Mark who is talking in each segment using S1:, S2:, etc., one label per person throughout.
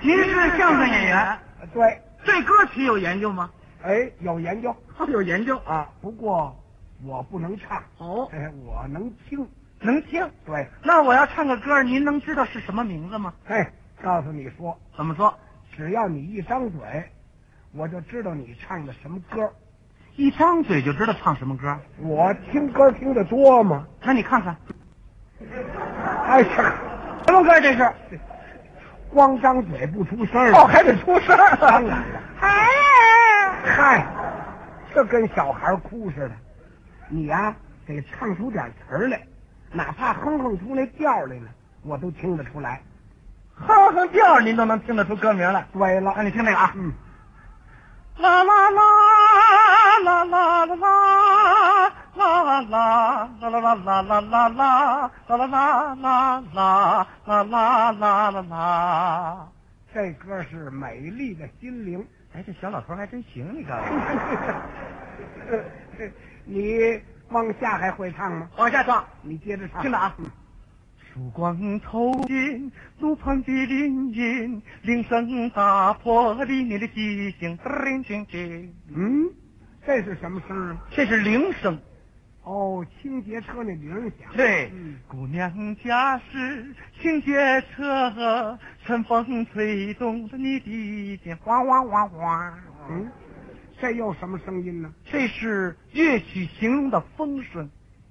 S1: 您是相声演员，
S2: 对，
S1: 对歌曲有研究吗？
S2: 哎，有研究
S1: 有研究。
S2: 啊，不过我不能唱，
S1: 哦，
S2: 哎，我能听。
S1: 能听。
S2: 对，
S1: 那我要唱个歌，您能知道是什么名字吗？
S2: 嘿，哎告诉你说，
S1: 怎么说？
S2: 只要你一张嘴，我就知道你唱的什么歌。
S1: 一张嘴就知道唱什么歌。
S2: 我听歌听得多吗？
S1: 那你看看，
S2: 哎呀，
S1: 什么歌这是？
S2: 光张嘴不出声儿
S1: 哦，还得出声儿
S2: 当然了。
S1: 哎，
S2: 嗨，这跟小孩哭似的。你呀、得唱出点词儿来，哪怕哼哼出那调儿来呢，我都听得出来。
S1: 哼哼调您都能听得出歌名来。
S2: 对了，
S1: 那你听这个啊，
S2: 嗯，
S1: 啦啦啦啦啦啦啦。啦啦啦啦啦啦啦啦啦啦啦啦啦啦啦啦啦啦啦！
S2: 这歌是《美丽的心灵
S1: 哎，这小老头还真行，你看》
S2: 你往下还会唱吗？
S1: 往下唱。
S2: 你接着唱，
S1: 听着啊
S2: 嗯
S1: 曙光透进路旁的林荫，铃声打破了你的寂静。叮叮叮，
S2: 嗯，这是什么声儿啊？
S1: 这是铃声。
S2: 哦，清洁车那铃儿响。
S1: 对
S2: 嗯
S1: 姑娘家是清洁车，晨风吹动着你的肩，哗哗哗哗。
S2: 嗯，这又什么声音呢？
S1: 这是乐曲形容的风声。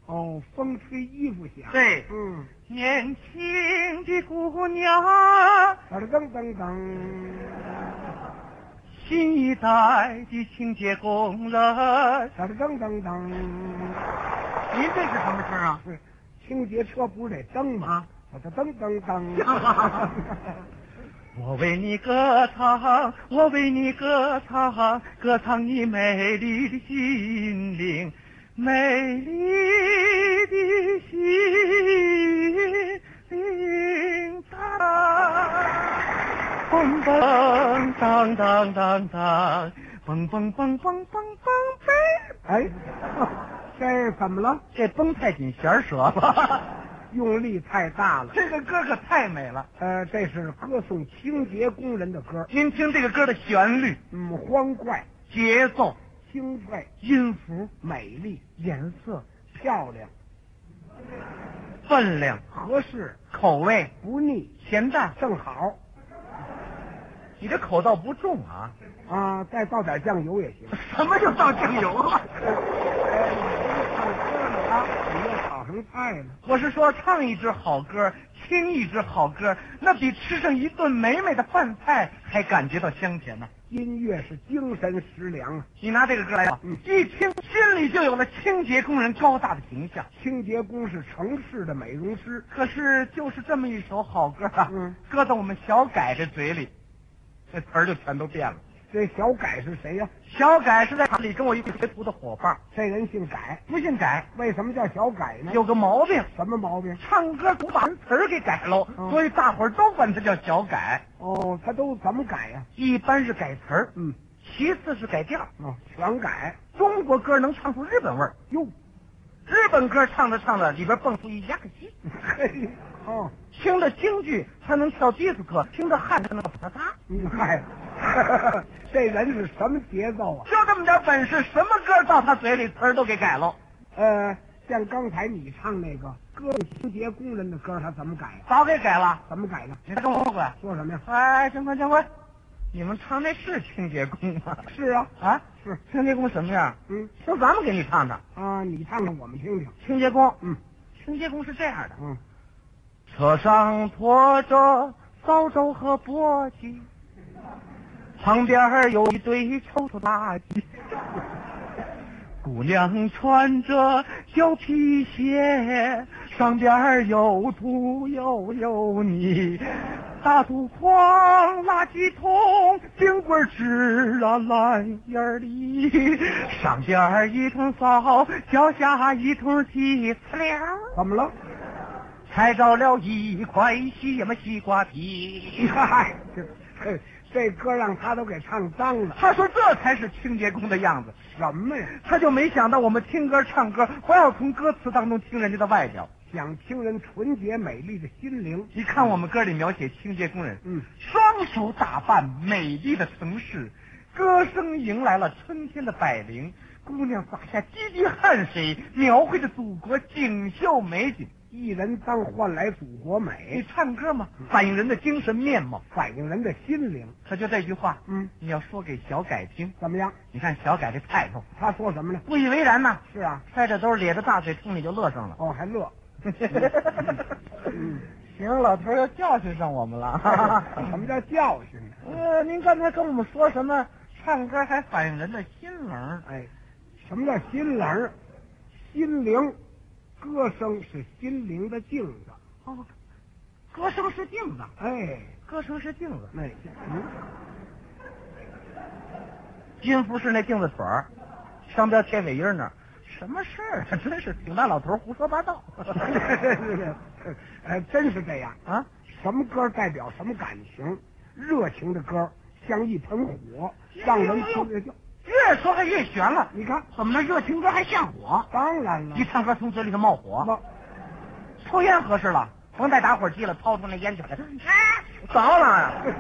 S2: 哦，风吹衣服响。
S1: 对
S2: 嗯，
S1: 年轻的姑娘，
S2: 噔噔噔噔，
S1: 新一代的清洁工人。
S2: 噔噔噔噔，
S1: 您这是什么声啊？
S2: 是清洁车不是得蹬吗？
S1: 啊
S2: 噔噔噔噔
S1: 呀。我为你歌唱，我为你歌唱，歌唱你美丽的心灵，美丽的心灵。当当当当当当，蹦蹦蹦蹦蹦蹦蹦。
S2: 哎，这怎么了？
S1: 这绷太紧，弦折了。
S2: 用力太大了。
S1: 这个歌可太美了，
S2: 呃，这是歌颂清洁工人的歌。
S1: 您听这个歌的旋律、
S2: 嗯，欢快、
S1: 节奏、
S2: 清脆、
S1: 音符、
S2: 美丽、
S1: 颜色、
S2: 漂亮、
S1: 分量、
S2: 合适、
S1: 口味、
S2: 不腻，
S1: 咸淡，
S2: 正好。
S1: 你这口倒不重啊？
S2: 啊，再倒点酱油也行。
S1: 什么叫倒酱油啊？
S2: 啊，你又炒成菜了。
S1: 我是说，唱一支好歌，听一支好歌，那比吃上一顿美美的饭菜还感觉到香甜呢、
S2: 音乐是精神食粮啊，
S1: 你拿这个歌来吧，
S2: 嗯
S1: 一听心里就有了清洁工人高大的形象。
S2: 清洁工是城市的美容师。
S1: 可是就是这么一首好歌啊，
S2: 嗯
S1: 搁到我们小改这嘴里，这词儿就全都变了。
S2: 这小改是谁呀、
S1: 小改是在厂里跟我一个学徒的伙伴，
S2: 这人姓改，
S1: 不姓改
S2: 为什么叫小改呢？
S1: 有个毛病，
S2: 什么毛病？
S1: 唱歌总把人词儿给改喽，
S2: 嗯
S1: 所以大伙儿都管他叫小改。
S2: 哦，他都怎么改呀、
S1: 一般是改词儿，
S2: 嗯，
S1: 其次是改调儿。
S2: 哦，全改。
S1: 中国歌能唱出日本味儿，
S2: 哟，
S1: 日本歌唱着唱着里边蹦出一亚克西，
S2: 嘿，哦，
S1: 听着京剧他能跳迪斯科，听着汉他能啪嗒，
S2: 你嗨， 这人是什么节奏啊？
S1: 就这么点本事，什么歌到他嘴里词儿都给改喽。
S2: 呃，像刚才你唱那个歌清洁工人的歌，他怎么改呀、
S1: 早给改了，
S2: 怎么改的？
S1: 你再跟我滚！
S2: 说什么呀？
S1: 哎，江坤，江坤，你们唱那是清洁工吗？
S2: 是啊，
S1: 啊，
S2: 是，
S1: 清洁工什么样？
S2: 嗯
S1: 就咱们给你唱唱。
S2: 啊，你唱唱我们听听。
S1: 清洁工，
S2: 嗯
S1: 清洁工是这样的：
S2: 嗯，
S1: 车上驮着扫帚和簸箕，旁边儿有一堆臭臭垃圾。姑娘穿着胶皮鞋，上边儿有土又有泥，大土筐、垃圾桶、冰棍儿纸啊、烂烟儿里，上边儿一通扫，脚下一通踢，呲溜儿。
S2: 怎么了？
S1: 采着了一块西么西瓜皮。
S2: 嗨，这嘿这歌让他都给唱脏了。
S1: 他说这才是清洁工的样子，
S2: 什么呀？
S1: 他就没想到我们听歌唱歌，不要从歌词当中听人家的外表。
S2: 想听人纯洁美丽的心灵。
S1: 一看我们歌里描写清洁工人，
S2: 嗯，
S1: 双手打扮美丽的城市，歌声迎来了春天的百灵，姑娘洒下滴滴汗水，描绘着祖国锦绣美景。
S2: 一人当换来祖国
S1: 你
S2: 美，
S1: 唱歌嘛，反映人的精神面貌。
S2: 反映人的心灵。
S1: 他就这句话，
S2: 嗯，
S1: 你要说给小改听，
S2: 怎么样？
S1: 你看小改这态度，
S2: 他说什么呢？
S1: 不以为然呐，
S2: 是啊，
S1: 揣着兜咧着大嘴冲你就乐上 了。嗯
S2: 哦，还乐。嗯
S1: 行，老头儿要教训上我们 了
S2: 什么叫教训呢？
S1: 呃，您刚才跟我们说什么？唱歌还反映人的心灵儿。
S2: 哎，什么叫心灵儿？心灵，歌声是心灵的镜子。
S1: 哦，歌声是镜子，
S2: 哎，
S1: 歌声是镜子，
S2: 那嗯，
S1: 军服是那镜子腿儿，商标贴尾音儿那儿。什么事儿啊？ 真是挺大老头儿胡说八道
S2: 嗯 哎，真是这样。
S1: 啊！
S2: 什么歌代表什么感情？热情的歌像一盆火，让人听着就……
S1: 越说还越悬了。
S2: 你看，
S1: 怎么了？热情歌还像火？
S2: 当然了
S1: 一，唱歌从嘴里头冒火，
S2: 那
S1: 抽烟合适了，甭带打火机了，掏出那烟去了，哎，着了。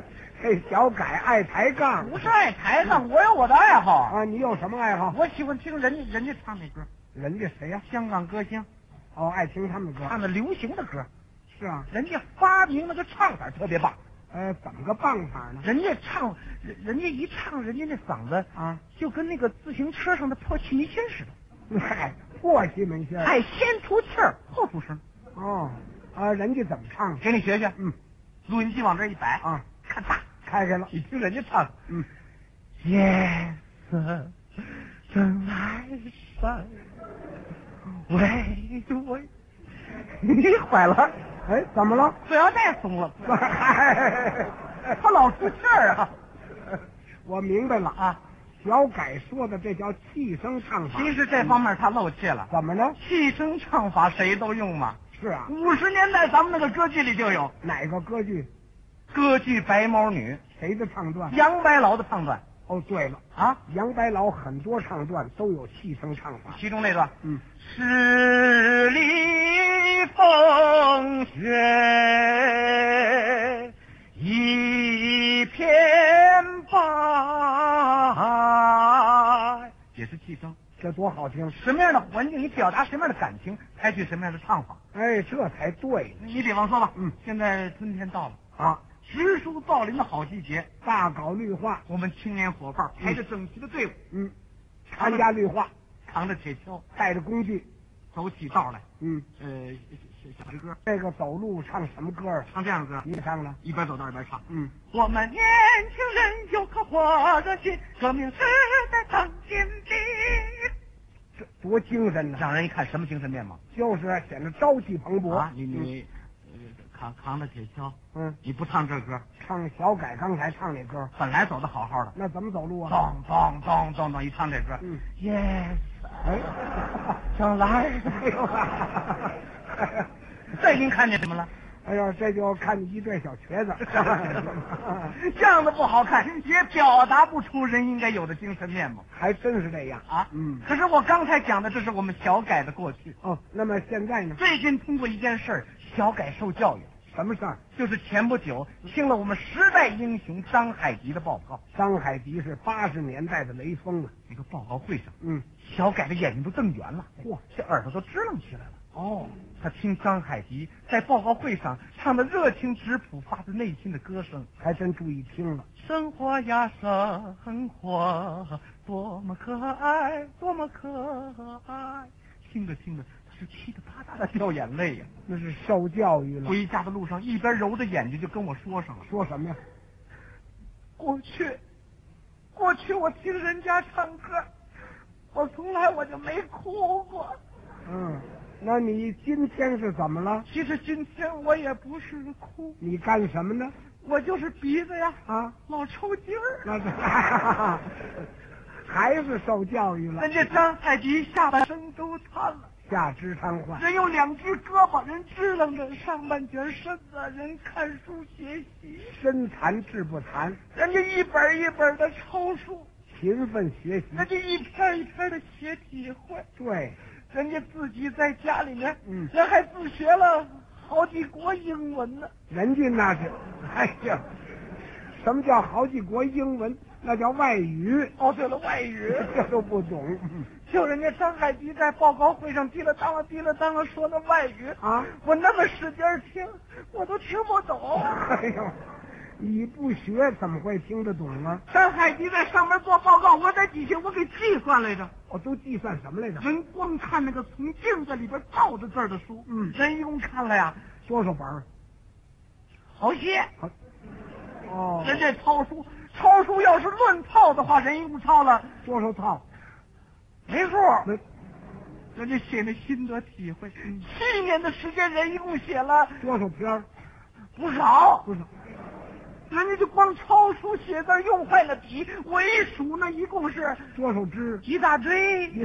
S2: 这小改爱抬杠
S1: 不是爱台上，我有我的爱好，
S2: 啊！你有什么爱好？
S1: 我喜欢听人家人家唱那歌，
S2: 人家谁呀、
S1: 香港歌星
S2: 哦，爱听他们歌。
S1: 唱的流行的歌，
S2: 是啊，
S1: 人家发明那个唱法特别棒，
S2: 呃，怎么个办法呢？
S1: 人家唱，人人家一唱，人家那嗓子
S2: 啊，
S1: 就跟那个自行车上的破气泥芯似的，
S2: 嗨，过西门仙儿。
S1: 哎，先出气儿后出声，
S2: 哦，啊，人家怎么唱？
S1: 给你学学，
S2: 嗯，
S1: 录音机往这儿一摆，
S2: 啊，
S1: 咔嚓，
S2: 开开了。
S1: 你听人家唱。
S2: 嗯，
S1: 夜色正阑珊，为我，你坏了，
S2: 哎，怎么了？ 哎
S1: 嘴要带松了，哎他老出气儿啊
S2: 我明白了啊，
S1: 啊！
S2: 小改说的这叫气声唱法。
S1: 其实这方面他露怯了，
S2: 怎么呢？
S1: 气声唱法谁都用嘛。
S2: 是啊，
S1: 五十年代咱们那个歌剧里就有，
S2: 哪个歌剧
S1: 歌剧《白毛女
S2: 谁的唱》，段？
S1: 杨白劳的唱段
S2: 哦，对了，
S1: 啊，
S2: 杨白劳很多唱段都有气声唱法。
S1: 其中那段。
S2: 嗯，
S1: 十里风雪一片白，也是气声。
S2: 这多好听！
S1: 什么样的环境，你表达什么样的感情，采取什么样的唱法。
S2: 哎，这才对呢
S1: 你比方说吧，
S2: 嗯，
S1: 现在春天到了，
S2: 啊！
S1: 植树造林的好季节，
S2: 大搞绿化，
S1: 我们青年伙伴排着整齐的队伍，
S2: 嗯，参加绿化，
S1: 扛着铁锹
S2: 带着工具，
S1: 走起道来。
S2: 嗯，
S1: 呃，小小小支歌，
S2: 这个走路唱什么歌啊？
S1: 唱这样的歌，
S2: 你唱了？
S1: 一边走道一边唱。
S2: 嗯，
S1: 我们年轻人有颗火热心，革命时代当先兵。
S2: 这多精神呢！
S1: 让人一看什么精神面貌
S2: 就是啊显得朝气蓬勃。
S1: 啊！你你，呃，扛扛着铁锹，
S2: 嗯，
S1: 你不唱这歌，
S2: 唱小改刚才唱那歌，
S1: 本来走的好好的，
S2: 那怎么走路啊？
S1: 咚咚咚咚咚，一唱这歌，
S2: 嗯，
S1: yes，
S2: 哎，
S1: 想来
S2: 哎呦啊，
S1: 这您看见什么 了？
S2: 哎呦，这就看你一对小瘸子。
S1: 这样的不好看，也表达不出人应该有的精神面貌
S2: 还真是这样
S1: 啊。
S2: 嗯，
S1: 可是我刚才讲的，这是我们小改的过去。
S2: 哦，那么现在呢？
S1: 最近通过一件事儿，小改受教育，
S2: 什么事儿？
S1: 就是前不久听了我们时代英雄张海迪的报告。
S2: 张海迪是八十年代的雷锋啊。
S1: 那个报告会上，
S2: 嗯，
S1: 小改的眼睛都瞪圆了，
S2: 嚯，
S1: 这耳朵都支棱起来了。
S2: 哦，
S1: 他听张海迪在报告会上唱的热情质朴、发自内心的歌声。
S2: 还真注意听了。
S1: 生活呀，生活多么可爱，多么可爱！听着听着，他是噼里啪啦的掉眼泪呀、
S2: 那是受教育了。
S1: 回家的路上，一边揉着眼睛就跟我说上了。
S2: 说什么呀？
S1: 过去，过去我听人家唱歌，我从来我就没哭过。
S2: 嗯，那你今天是怎么了？
S1: 其实今天我也不是哭，
S2: 你干什么呢？
S1: 我就是鼻子呀
S2: 啊，
S1: 老抽筋儿。
S2: 那是还是受教育了
S1: 人，家张海迪下半身都瘫了，
S2: 下肢瘫痪。
S1: 人有两只胳膊，人支棱着上半截身子，人看书学习，
S2: 身残志不残，
S1: 人家一本一本的抄书，
S2: 勤奋学习。
S1: 人家一篇一篇的写体会，
S2: 对，
S1: 人家自己在家里面，
S2: 嗯
S1: 人还自学了好几国英文呢。
S2: 人家那是， 哎呀，什么叫好几国英文？那叫外语，
S1: 哦，对了，外语，
S2: 这都不懂
S1: 就人家张海迪在报告会上滴了当了滴了当了说那外语，
S2: 啊！
S1: 我那么使劲儿听，我都听不 懂。
S2: 哎呦，你不学怎么会听得懂啊呢？
S1: 张海迪在上面做报告，我在底下我给计算来着。
S2: 我哦都计算什么来着？
S1: 人光看那个从镜子里边照着字儿的书，
S2: 嗯
S1: 人一共看了呀
S2: 说说玩儿。
S1: 好些。
S2: 哦
S1: 人家抄书，抄书要是论套的话，人一共抄了
S2: 说说套。
S1: 没数。
S2: 那
S1: 人家写那心得体会，嗯七年的时间，人一共写了
S2: 说说片儿，
S1: 不少。
S2: 不是
S1: 人家就光抄书写字用坏了笔，我一数那一共是
S2: 说说知，
S1: 一大堆，
S2: 你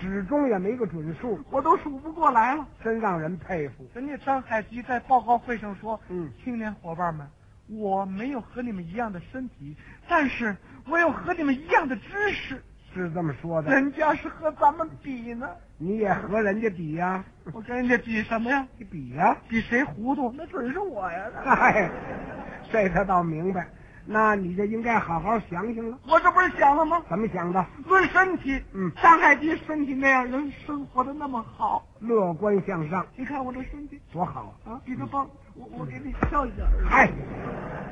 S2: 始终也没个准数，
S1: 我都数不过来了。
S2: 真让人佩服。
S1: 人家张海迪在报告会上说：“
S2: 嗯
S1: 青年伙伴们，我没有和你们一样的身体，但是我有和你们一样的知识。
S2: 是这么说的，
S1: 人家是和咱们比呢，
S2: 你也和人家比呀、
S1: 我跟人家比什么呀？
S2: 你比呀、
S1: 比谁糊涂？那准是我呀！
S2: 嗨，这他倒明白，那你就应该好好想想了。
S1: 我这不是想了吗？
S2: 怎么想的？
S1: 论身体，
S2: 嗯
S1: 张海迪身体那样，人生活的那么好，
S2: 乐观向上，
S1: 你看我这身体
S2: 多好啊！
S1: 啊，比个棒，我我给你笑一下。
S2: 嗨，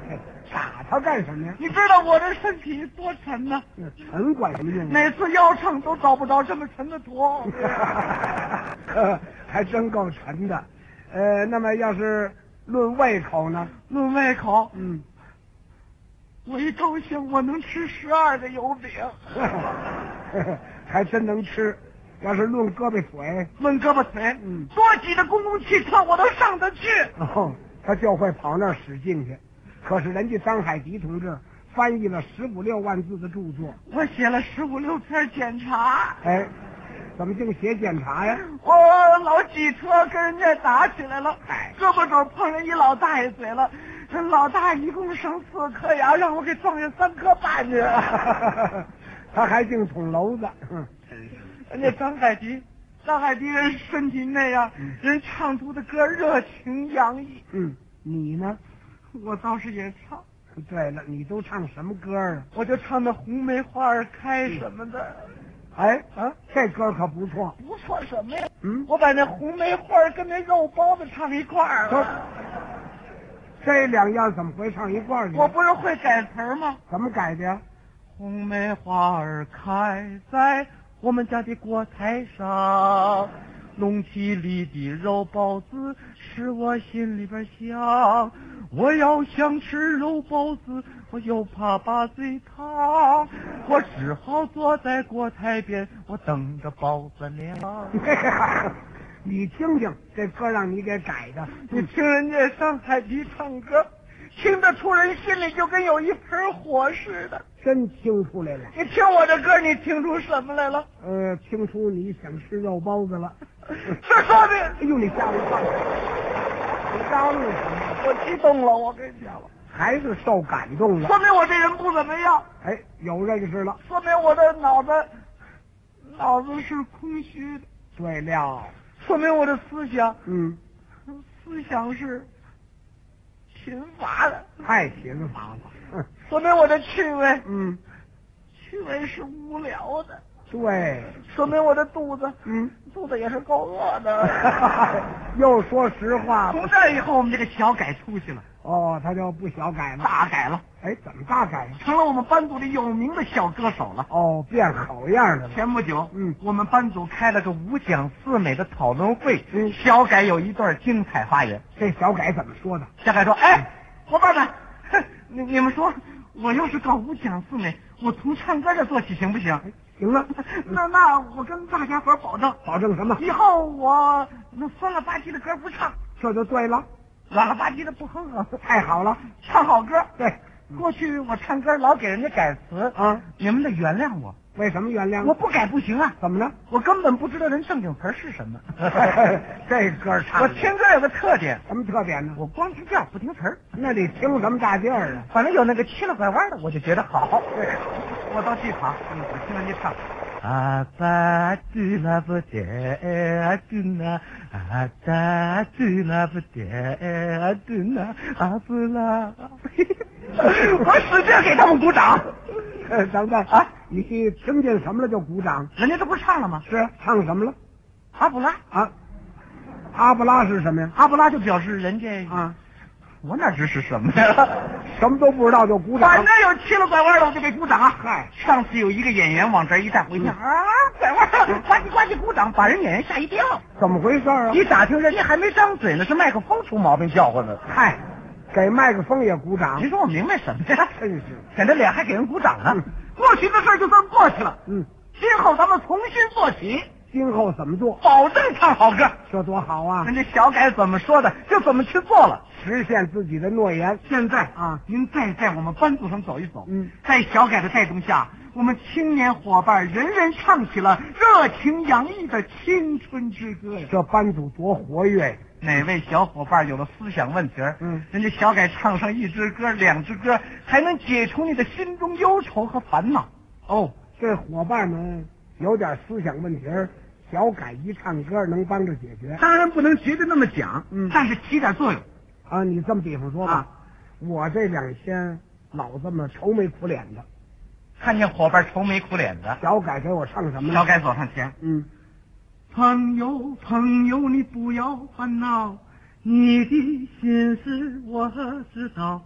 S2: 嘿傻他干什么呀？
S1: 你知道我这身体多沉呢、
S2: 那沉管什么用啊？
S1: 每次腰秤都找不着这么沉的坨。
S2: 呃还真够沉的。呃，那么要是论胃口呢？
S1: 论胃口，
S2: 嗯，
S1: 我一高兴，我能吃十二个油饼。
S2: 还真能吃。要是论胳膊腿，
S1: 论胳膊腿，
S2: 嗯
S1: 多挤的公共汽车我都上得去。
S2: 哦，他就会跑那儿使劲去。可是人家张海迪同志翻译了十五六万字的著作，
S1: 我写了十五六篇检查，
S2: 哎，怎么净写检查呀？
S1: 我老挤车跟人家打起来了，胳膊肘碰人一老大爷嘴了，这老大爷一共剩四颗牙，让我给撞下三颗半去。
S2: 他还净捅娄子，嗯哼
S1: 人家张海迪，张海迪人身体那样，人唱出的歌热情洋溢，
S2: 嗯，你呢？
S1: 我倒是也唱，
S2: 对了，你都唱什么歌啊？
S1: 我就唱那红梅花儿开什么的，
S2: 哎
S1: 啊，
S2: 这歌可不错，
S1: 不错什么呀？
S2: 嗯，
S1: 我把那红梅花儿跟那肉包子唱一块儿了。
S2: 这两样怎么会唱一块儿去？
S1: 我不是会改词儿吗？
S2: 怎么改的呀？
S1: 红梅花儿开在我们家的锅台上，弄起里的肉包子使我心里边想。我要想吃肉包子，我又怕把嘴烫，我只好坐在锅台边，我等着包子凉。
S2: 你听听，这歌让你给改的，
S1: 你听人家上海迪唱歌，听得出人心里就跟有一盆火似的。
S2: 真听出来了。
S1: 你听我这歌，你听出什么来了？
S2: 呃，听出你想吃肉包子了。
S1: 是说的
S2: 哎，呦，你吓我一跳！你嚷嚷什么？
S1: 我激动了，我跟你讲了，
S2: 还是受感动了
S1: 说？明我这人不怎么样，
S2: 哎，有认识了。
S1: 说明我的脑子脑子是空虚的，
S2: 对了，
S1: 说明我的思想
S2: 嗯，
S1: 思想是贫乏的，
S2: 太贫乏了。
S1: 说明我的趣味
S2: 嗯，
S1: 趣味是无聊的，
S2: 对，
S1: 说明我的肚子
S2: 嗯，
S1: 肚子也是够饿的。
S2: 又说实 话
S1: 从这以后，我们这个小改出息了，
S2: 哦，他就不小改了。
S1: 大改了，
S2: 哎，怎么大改呀？
S1: 成了我们班组里有名的小歌手了。
S2: 哦，变好样的了。
S1: 前不久，
S2: 嗯
S1: 我们班组开了个五讲四美的讨论会，
S2: 嗯
S1: 小改有一段精彩发言。
S2: 这小改怎么说的？
S1: 小改说：“哎，伙伴们，哼你你们说，我要是搞五讲四美，我从唱歌这做起行不行？
S2: 行了， 嗯
S1: 那那我跟大家伙儿保证，
S2: 保证什么？
S1: 以后我那酸了吧唧的歌不唱，
S2: 这就对了，
S1: 软了吧唧的不哼啊，
S2: 太好了。
S1: 唱好歌。
S2: 对，
S1: 过去我唱歌老给人家改词，
S2: 嗯啊，嗯
S1: 你们得原谅我，
S2: 为什么原谅？
S1: 我不改不行啊，
S2: 怎么呢？
S1: 我根本不知道人正经词儿是什 么。”
S2: 这歌唱
S1: 我
S2: 的
S1: 听歌有个特点，
S2: 什么特点呢？
S1: 我光听调不听词儿，
S2: 那得听什么大劲儿
S1: 嗯
S2: 啊？
S1: 反正有那个七了拐弯的，我就觉得好。
S2: 对，
S1: 嗯我到剧场，我听人家唱，阿爸住啊那不得，阿住那，阿爸住那不得，阿住那，阿不 啦。
S2: 我使劲给他们鼓掌。呃等等
S1: 啊，
S2: 你听见什么了就鼓掌？
S1: 人家这不是唱了吗？
S2: 是唱什么了？
S1: 阿布拉，
S2: 啊，阿布拉是什么呀？
S1: 阿布啊拉就表示人家，
S2: 啊，
S1: 我哪知是什么呀？
S2: 什么都不知道就鼓
S1: 反
S2: 掌。
S1: 正有七了拐弯了，我就给鼓掌啊！
S2: 嗨，
S1: 上次有一个演员往这儿一站，我一听啊，拐弯了，呱唧呱唧鼓掌，把人演员吓一跳。
S2: 怎么回事儿啊？
S1: 一打听，人家还没张嘴呢，是麦克风出毛病叫唤呢。
S2: 嗨，给麦克风也鼓掌
S1: 你，说我明白什么呀？
S2: 真是。
S1: 舔着脸还给人鼓掌呢
S2: 嗯。
S1: 过去的事儿就算过去了，
S2: 嗯，
S1: 今后咱们重新做起，
S2: 今后怎么做？
S1: 保证唱好歌。
S2: 这多好啊！
S1: 人家小改怎么说的，就怎么去做了。
S2: 实现自己的诺言。
S1: 现在
S2: 啊，
S1: 您再在我们班组上走一走，
S2: 嗯，
S1: 在小改的带动下，我们青年伙伴人人唱起了热情洋溢的青春之歌呀。
S2: 这班组多活跃呀！
S1: 哪位小伙伴有了思想问题儿，
S2: 嗯
S1: 人家小改唱上一支歌、两支歌，还能解除你的心中忧愁和烦恼。
S2: 哦，这伙伴们有点思想问题儿，小改一唱歌能帮着解决
S1: 当然不能绝对那么讲，
S2: 嗯
S1: 但是起点作用。
S2: 啊。你这么比方说吧，
S1: 啊
S2: 我这两天老这么愁眉苦脸的，
S1: 看见伙伴愁眉苦脸的，
S2: 小改给我唱什么
S1: 小
S2: 呢？
S1: 改走上前，
S2: 嗯，
S1: 朋友，朋友，你不要烦恼，你的心事我知道。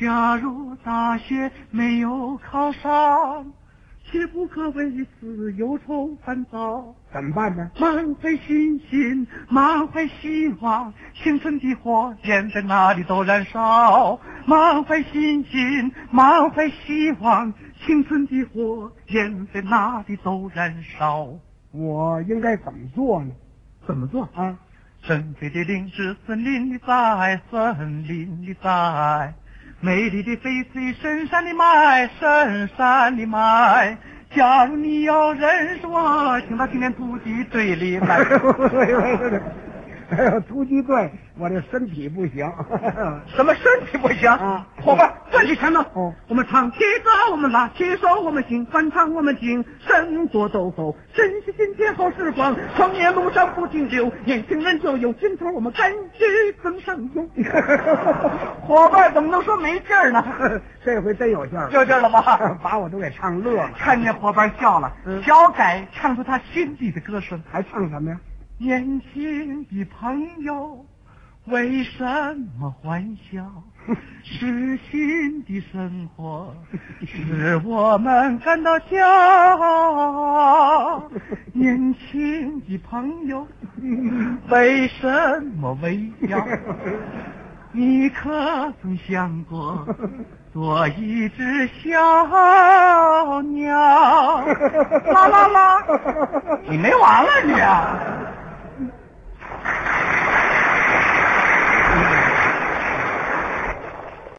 S1: 假如大学没有考上，切不可为此忧愁烦躁，
S2: 怎么办呢？
S1: 满怀信心，满怀希望，青春的火焰在哪里都燃烧。满怀信心，满怀希望，青春的火焰在哪里都燃烧。
S2: 我应该怎么做呢？
S1: 怎么做？
S2: 啊，
S1: 珍贵的灵芝，森林里摘，森林里摘；美丽的翡翠，深山里埋，深山里埋。假如你要认识我，请到青年突击队里 来。
S2: 哎呦，突击队，我这身体不行。
S1: 什么身体不行
S2: 啊
S1: 伙伴站起前头。
S2: 哦
S1: 我们唱起歌，我们拉起手，我们行翻唱，我们听身左抖擞，珍惜今天好时光，创业路上不停留，年轻人就有劲头，我们干劲更上涌。 伙伴怎么能说没劲儿呢？
S2: 这回真有劲儿了，
S1: 有劲儿了啊吧？
S2: 把我都给唱乐了。
S1: 看见伙伴笑了，
S2: 嗯
S1: 小改唱出他心底的歌声。
S2: 还唱什 么呀？
S1: 年轻的朋友，为什么欢笑？是新的生活，使我们感到骄傲。年轻的朋友，为什么微 笑？你可曾想 过做一只小鸟？啦啦啦！你没完了你、啊！